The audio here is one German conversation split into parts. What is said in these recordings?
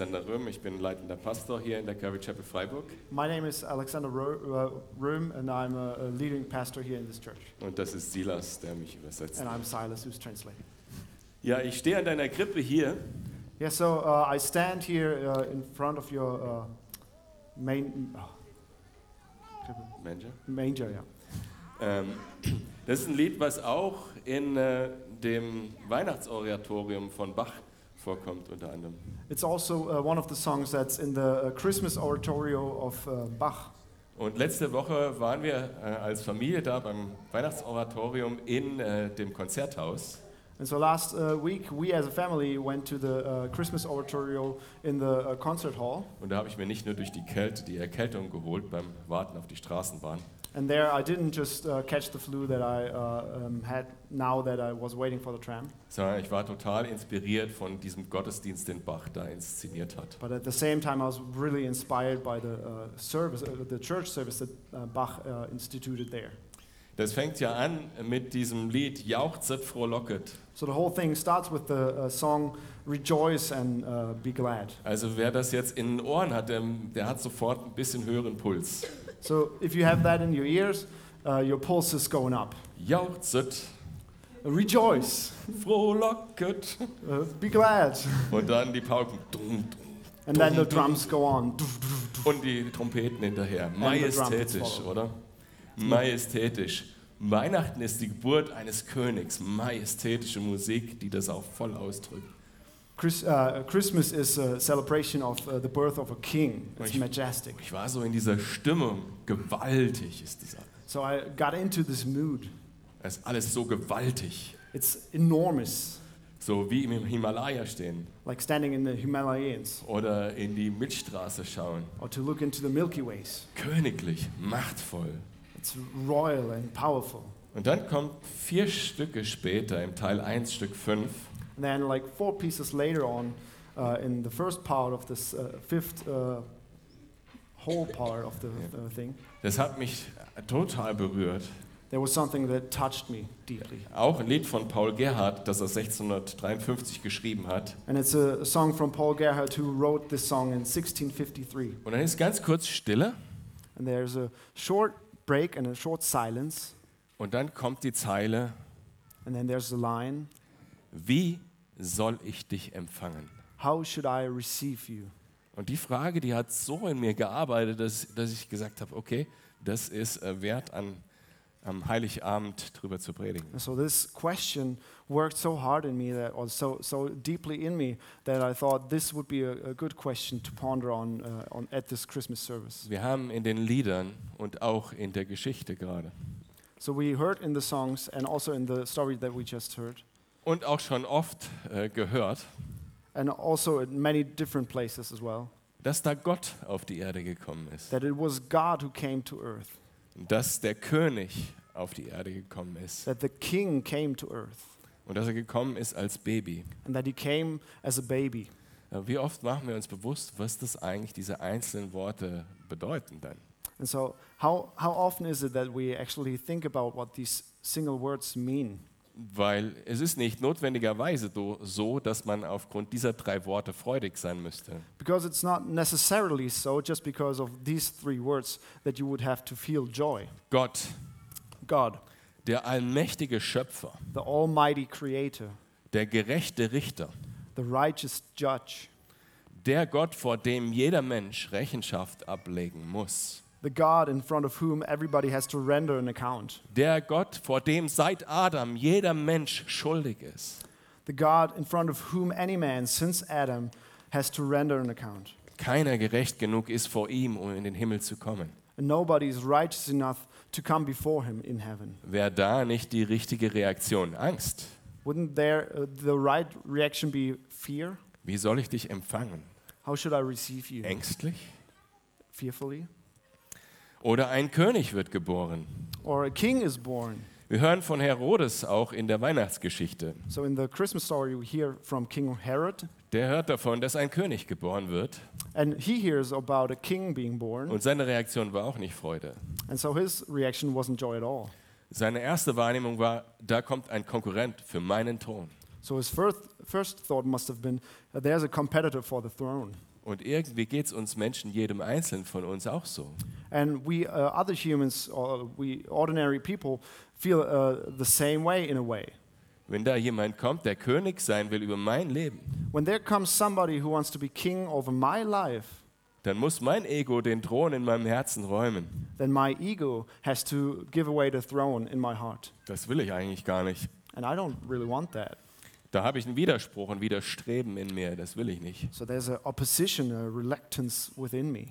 Alexander Röhm, ich bin leitender Pastor hier in der Calvary Chapel Freiburg My name is Alexander Ro- uh, Room, and I'm a, a leading pastor here in this church. und das ist Silas, der mich übersetzt. And I'm Silas, who's translating. Ja, ich stehe an deiner Krippe hier Yeah, so uh, I stand here uh, in front of your uh, main oh, Manager. manger. Yeah. Ähm, das ist ein Lied, was auch in äh, dem Weihnachtsoratorium von Bach vorkommt unter anderem. It's also uh, one of the songs that's in the uh, Christmas oratorio of uh, Bach. Und letzte Woche waren wir äh, als Familie da beim Weihnachtsoratorium in äh, dem Konzerthaus. And so last uh, week, we as a family went to the uh, Christmas oratorio in the uh, concert hall. Und da habe ich mir nicht nur durch die Kälte die Erkältung geholt beim Warten auf die Straßenbahn, And there, I didn't just uh, catch the flu that I uh, um, had now that I was waiting for the tram, sondern ich war total inspiriert von diesem Gottesdienst, den Bach da inszeniert hat. but at the same time, I was really inspired by the uh, service, uh, the church service that uh, Bach uh, instituted there. Das fängt ja an mit diesem Lied Jauchzet frohlocket. So the whole thing starts with the uh, song "Rejoice and uh, Be Glad." Also wer das jetzt in den Ohren hat, der, der hat sofort ein bisschen höheren Puls. So if you have that in your ears, uh, your pulse is going up. Jauchzet Rejoice, frohlocket. uh, be glad, Und dann die Pauken dum, dum, and then the drums go on. und die Trompeten hinterher. Majestätisch, oder? Majestätisch. Weihnachten ist die Geburt eines Königs. Majestätische Musik, die das auch voll ausdrückt. Chris, uh, Christmas is a celebration of uh, the birth of a king. It's Ich- majestic. Ich war so in dieser Stimmung. Gewaltig ist das. alles. So I got into this mood. Es ist alles so gewaltig. It's enormous, So wie im Himalaya stehen like standing in the Himalayas oder in die Milchstraße schauen. or to look into the Milky Ways. Königlich, machtvoll. It's royal and powerful. Und dann kommt vier Stücke später im Teil 1, Stück 5, And then, like four pieces later on, uh, in the first part of this uh, fifth uh, whole part of the Yeah. uh, thing, das hat mich total berührt. there was something that touched me deeply. Auch ein Lied von Paul Gerhardt, das er 1653 geschrieben hat. And it's a song from Paul Gerhardt who wrote this song in 1653. Und dann ist ganz kurz Stille And there's a short break and a short silence. und dann kommt die Zeile, And then there's the line, wie soll ich dich empfangen? How should I receive you? Und die Frage, die hat so in mir gearbeitet, dass, dass ich gesagt habe, okay, das ist äh, wert, an, am Heiligabend drüber zu predigen. And so this question worked so hard in me that, or so, so deeply in me that I thought this would be a, a good question to ponder on, uh, on at this Christmas service. Wir haben in den Liedern und auch in der Geschichte gerade So we heard in the songs and also in the story that we just heard, und auch schon oft äh, gehört, and also in many different places as well, dass da Gott auf die Erde gekommen ist. that it was God who came to earth, Und dass der König auf die Erde gekommen ist. that the King came to earth, Und dass er gekommen ist als Baby. and that he came as a baby. Äh, Wie oft machen wir uns bewusst, was das eigentlich diese einzelnen Worte bedeuten dann? And so, how, how often is it that we actually think about what these single words mean? Weil es ist nicht notwendigerweise do- so, dass man aufgrund dieser drei Worte freudig sein müsste. Because it's not necessarily so, just because of these three words, that you would have to feel joy. Gott, God, der allmächtige Schöpfer, the Almighty Creator, der gerechte Richter, the righteous Judge, der Gott, vor dem jeder Mensch Rechenschaft ablegen muss. the God in front of whom everybody has to render an account, Der Gott, vor dem seit Adam jeder Mensch schuldig ist. the God in front of whom any man since Adam has to render an account. Keiner gerecht genug ist vor ihm, um in den Himmel zu kommen. And nobody is righteous enough to come before him in heaven. Wäre da nicht die richtige Reaktion? Angst. Wouldn't there uh, the right reaction be fear? Wie soll ich dich empfangen? How should I receive you? Ängstlich? Fearfully? Oder ein König wird geboren. Or a king is born. Wir hören von Herodes auch in der Weihnachtsgeschichte. So in the Christmas story, we hear from King Herod, Der hört davon, dass ein König geboren wird. and he hears about a king being born, Und seine Reaktion war auch nicht Freude. and so his reaction wasn't joy at all. Seine erste Wahrnehmung war, da kommt ein Konkurrent für meinen Thron. So his first, first thought must have been, uh, there's a competitor for the throne. Und irgendwie geht es uns Menschen, jedem Einzelnen von uns auch so. And we, uh, other humans, or we ordinary people, feel uh, the same way in a way. Wenn da jemand kommt, der König sein will über mein Leben, When there comes somebody who wants to be king over my life, dann muss mein Ego den Thron in meinem Herzen räumen. then my ego has to give away the throne in my heart. Das will ich eigentlich gar nicht. And I don't really want that. Da habe ich einen Widerspruch, ein Widerstreben in mir. Das will ich nicht. So there's an opposition, a reluctance within me.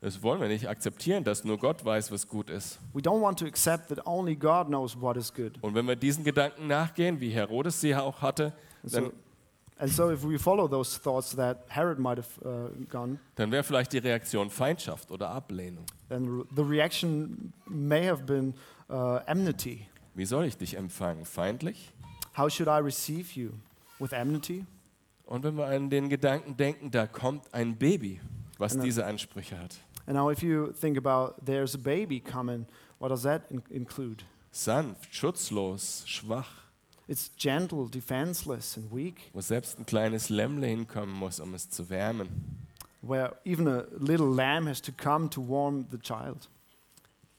Das wollen wir nicht akzeptieren, dass nur Gott weiß, was gut ist. We don't want to accept that only God knows what is good. Und wenn wir diesen Gedanken nachgehen, wie Herodes sie auch hatte, And dann, so, and so if we follow those thoughts that Herod might have uh, gone, dann wäre vielleicht die Reaktion Feindschaft oder Ablehnung. then the reaction may have been uh, enmity. Wie soll ich dich empfangen? Feindlich? How should I receive you? With enmity? Und wenn wir an den Gedanken denken, da kommt ein Baby, was Genau. diese Ansprüche hat. And now, if you think about there's a baby coming, what does that in- include? Sanft, schutzlos, schwach, It's gentle, defenseless, and weak, wo selbst ein kleines Lämmle hinkommen muss, um es zu wärmen. where even a little lamb has to come to warm the child.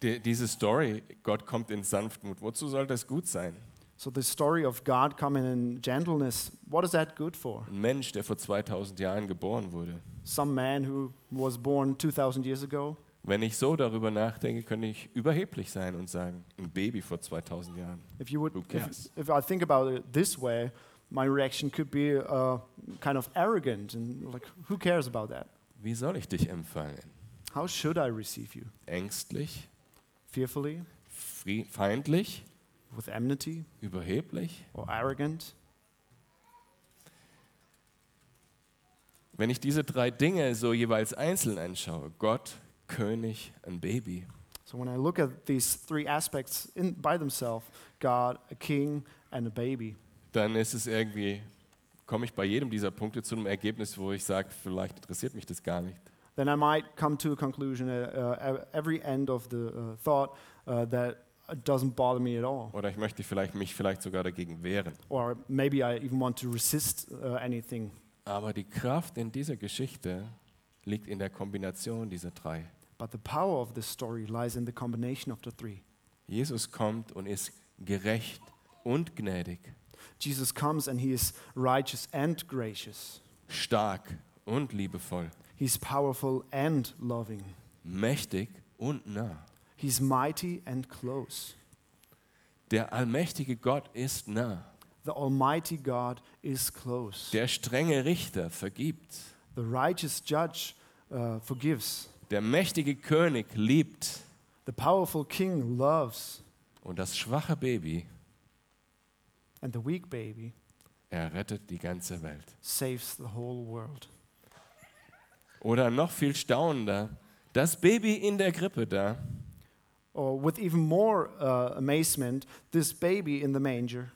Die, diese Story, Gott kommt in Sanftmut, wozu soll das gut sein? So, the story of God coming in gentleness, what is that good for? Ein Mensch, der vor 2000 Jahren geboren wurde. Some man who was born 2,000 years ago? Wenn ich so darüber nachdenke, könnte ich überheblich sein und sagen, ein Baby vor 2000 Jahren. If you would, Who if, cares? if I think about it this way, my reaction could be uh, kind of arrogant and like, who cares about that? Wie soll ich dich empfangen? How should I receive you? Ängstlich, Fearfully, frie- feindlich, with enmity, überheblich? or arrogant? Wenn ich diese drei Dinge so jeweils einzeln anschaue, Gott, König, ein Baby, So when I look at these three aspects in, by themselves, God, a king, and a baby, dann ist es irgendwie, komme ich bei jedem dieser Punkte zu einem Ergebnis, wo ich sage, vielleicht interessiert mich das gar nicht. then I might come to a conclusion at uh, ev- every end of the uh, thought uh, that it doesn't bother me at all. Oder ich möchte vielleicht, mich vielleicht sogar dagegen wehren. Or maybe I even want to resist uh, anything. Aber die Kraft in dieser Geschichte liegt in der Kombination dieser drei. But the power of this story lies in the combination of the three. Jesus kommt und ist gerecht und gnädig, Jesus comes and he is righteous and gracious. stark und liebevoll, He's powerful and loving. mächtig und nah. He's mighty and close. Der allmächtige Gott ist nah. The Almighty God is close. Der strenge Richter vergibt. The righteous judge uh, forgives. Der mächtige König liebt. The powerful king loves. Und das schwache Baby And the weak baby errettet die ganze Welt. saves the whole world. Oder noch viel staunender, das Baby in der Krippe da Or, with even more uh, amazement, this baby in the manger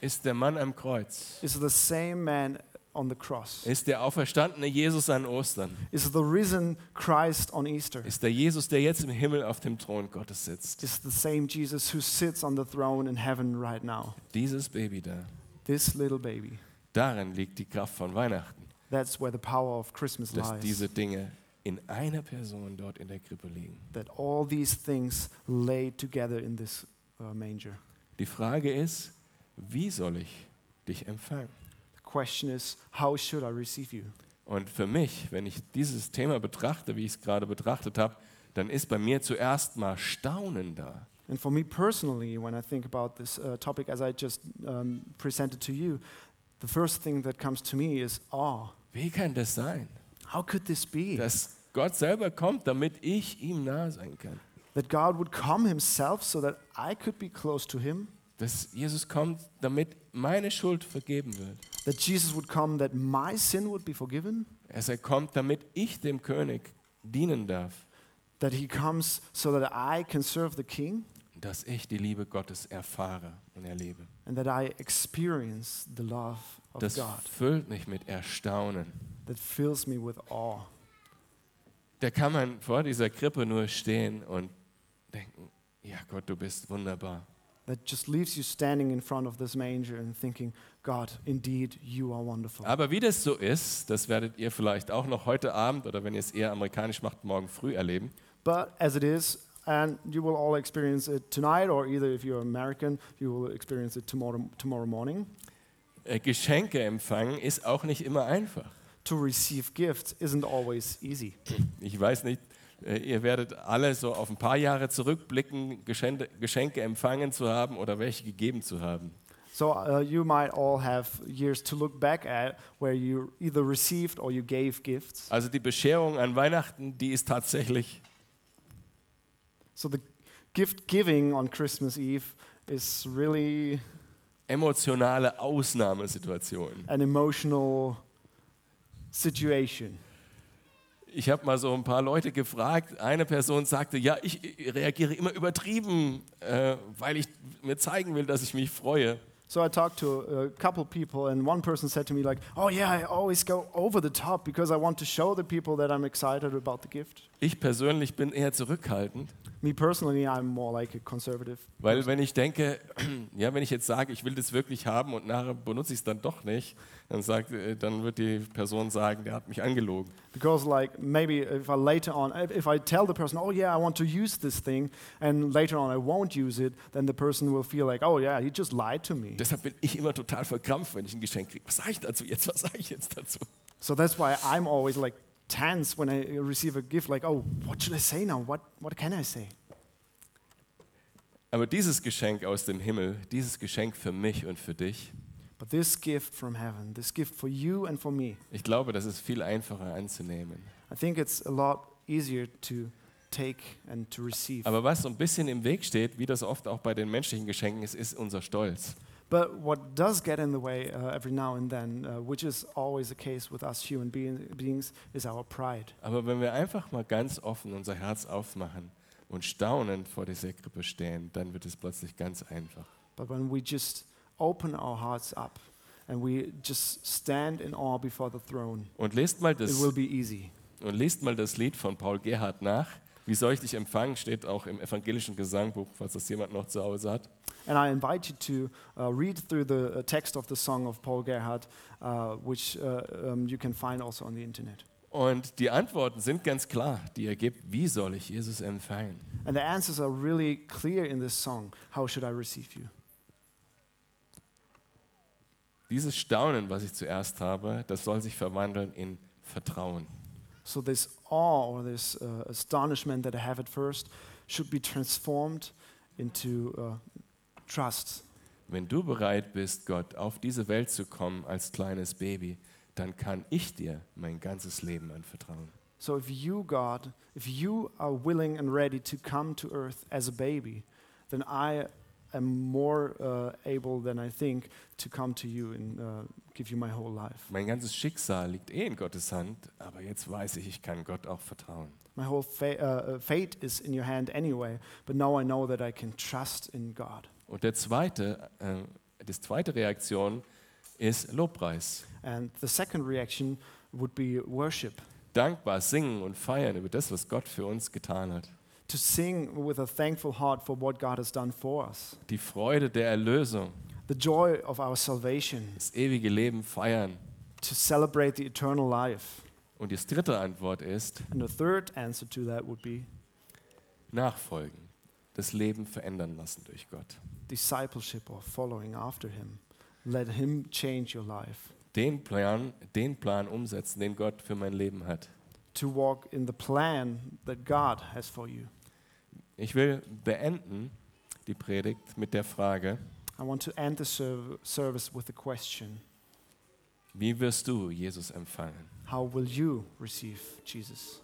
ist der Mann am Kreuz. is the same man on the cross, Ist der auferstandene Jesus an Ostern. is the risen Christ on Easter. Ist der Jesus, der jetzt im Himmel auf dem Thron Gottes sitzt. is the same Jesus who sits on the throne in heaven right now. Dieses Baby da. This little baby. Darin liegt die Kraft von Weihnachten, That's where the power of Christmas dass lies. diese Dinge in einer Person dort in der Krippe liegen. that all these things laid together in this uh, manger. Die Frage ist, wie soll ich dich empfangen? The question is, how should I receive you? Und für mich, wenn ich dieses Thema betrachte, wie ich es gerade betrachtet habe, dann ist bei mir zuerst mal Staunen da. And for me personally, when I think about this uh, topic as I just um, presented to you, the first thing that comes to me is awe. Wie kann das sein? How could this be? Dass Gott selber kommt, damit ich ihm nahe sein kann. that God would come Himself so that I could be close to Him? Dass Jesus kommt, damit meine Schuld vergeben wird. That Jesus would come that my sin would be forgiven? Dass er kommt, damit ich dem König dienen darf. that he comes so that I can serve the king Dass ich die Liebe Gottes erfahre und erlebe. and that I experience the love of Das God füllt mich mit Erstaunen. that fills me with awe. Da kann man vor dieser Krippe nur stehen und denken, ja Gott, du bist wunderbar. that just leaves you standing in front of this manger and thinking, God, indeed, you are wonderful. Aber wie das so ist, das werdet ihr vielleicht auch noch heute Abend oder wenn ihr es eher amerikanisch macht, morgen früh erleben. But as it is, and you will all experience it tonight, or either if you're American, you will experience it tomorrow, tomorrow morning. Äh, Geschenke empfangen ist auch nicht immer einfach. To receive gifts isn't always easy. Ich weiß nicht, äh, ihr werdet alle so auf ein paar Jahre zurückblicken, Geschenke, Geschenke empfangen zu haben oder welche gegeben zu haben. So uh, you might all have years to look back at where you either received or you gave gifts. Also die Bescherung an Weihnachten, die ist tatsächlich So the gift giving on Christmas Eve is really emotionale Ausnahmesituation. an emotional situation. Ich habe mal so ein paar Leute gefragt. Eine Person sagte, ja, ich äh, reagiere immer übertrieben, äh, weil ich mir zeigen will, dass ich mich freue. So I talked to a couple people, and one person said to me, like, oh yeah, I always go over the top because I want to show the people that I'm excited about the gift. Ich persönlich bin eher zurückhaltend, Me personally, I'm more like a conservative. weil wenn ich denke, ja, wenn ich jetzt sage, ich will das wirklich haben und nachher benutze ich es dann doch nicht, dann, sagt, äh, dann wird die Person sagen, der hat mich angelogen. Because, like, maybe if I later on, if if I tell the person, oh yeah, I want to use this thing, and later on I won't use it, then the person will feel like, oh yeah, he just lied to me. Deshalb bin ich immer total verkrampft, wenn ich ein Geschenk kriege. Was sage ich dazu jetzt? Was sage ich jetzt dazu? So that's why I'm always like tense when I receive a gift, like, oh, what should I say now? What, what can I say? Aber dieses Geschenk aus dem Himmel, dieses Geschenk für mich und für dich, But this gift from heaven, this gift for you and for me, ich glaube, das ist viel einfacher anzunehmen. I think it's a lot easier to take and to receive. Aber was so ein bisschen im Weg steht, wie das oft auch bei den menschlichen Geschenken ist, ist unser Stolz. But what does get in the way uh, every now and then, uh, which is always the case with us human being, beings, is our pride. Aber wenn wir einfach mal ganz offen unser Herz aufmachen und staunend vor dieser Krippe stehen, dann wird es plötzlich ganz einfach. But when we just open our hearts up and we just stand in awe before the throne, Und lest mal it das, will be easy. und lest mal das Lied von Paul Gerhardt nach. Wie soll ich dich empfangen, steht auch im evangelischen Gesangbuch, falls das jemand noch zu Hause hat. And I invite you to uh, read through the uh, text of the song of Paul Gerhardt, uh, which uh, um, you can find also on the internet. Und die Antworten sind ganz klar, die er gibt. Wie soll ich Jesus empfangen? And the answers are really clear in this song How should I receive you? Dieses Staunen, was ich zuerst habe, das soll sich verwandeln in Vertrauen. So, this awe or this uh, astonishment that I have at first should be transformed into uh, trust. Wenn du bereit bist, Gott, auf diese Welt zu kommen als kleines Baby, dann kann ich dir mein ganzes Leben anvertrauen. So, if you, God, if you are willing and ready to come to earth as a baby, then I am more uh, able than I think to come to you and uh, give you my whole life. Mein ganzes Schicksal liegt eh in Gottes Hand, aber jetzt weiß ich, ich kann Gott auch vertrauen. My whole fa- uh, uh, fate is in your hand anyway, but now I know that I can trust in God. Und der zweite, äh, das zweite Reaktion ist Lobpreis. And the second reaction would be worship Dankbar singen und feiern über das, was Gott für uns getan hat. to sing with a thankful heart for what God has done for us, Die Freude der Erlösung, the joy of our salvation, das ewige Leben feiern. to celebrate the eternal life. Und die dritte Antwort ist And the third answer to that would be Nachfolgen. Das Leben verändern lassen durch Gott. discipleship or following after Him. Let Him change your life Den Plan, den Plan umsetzen, den Gott für mein Leben hat. to walk in the plan that God has for you. Ich will beenden die Predigt mit der Frage, I want to end the serv- service with a question wie wirst du Jesus empfangen? How will you receive Jesus?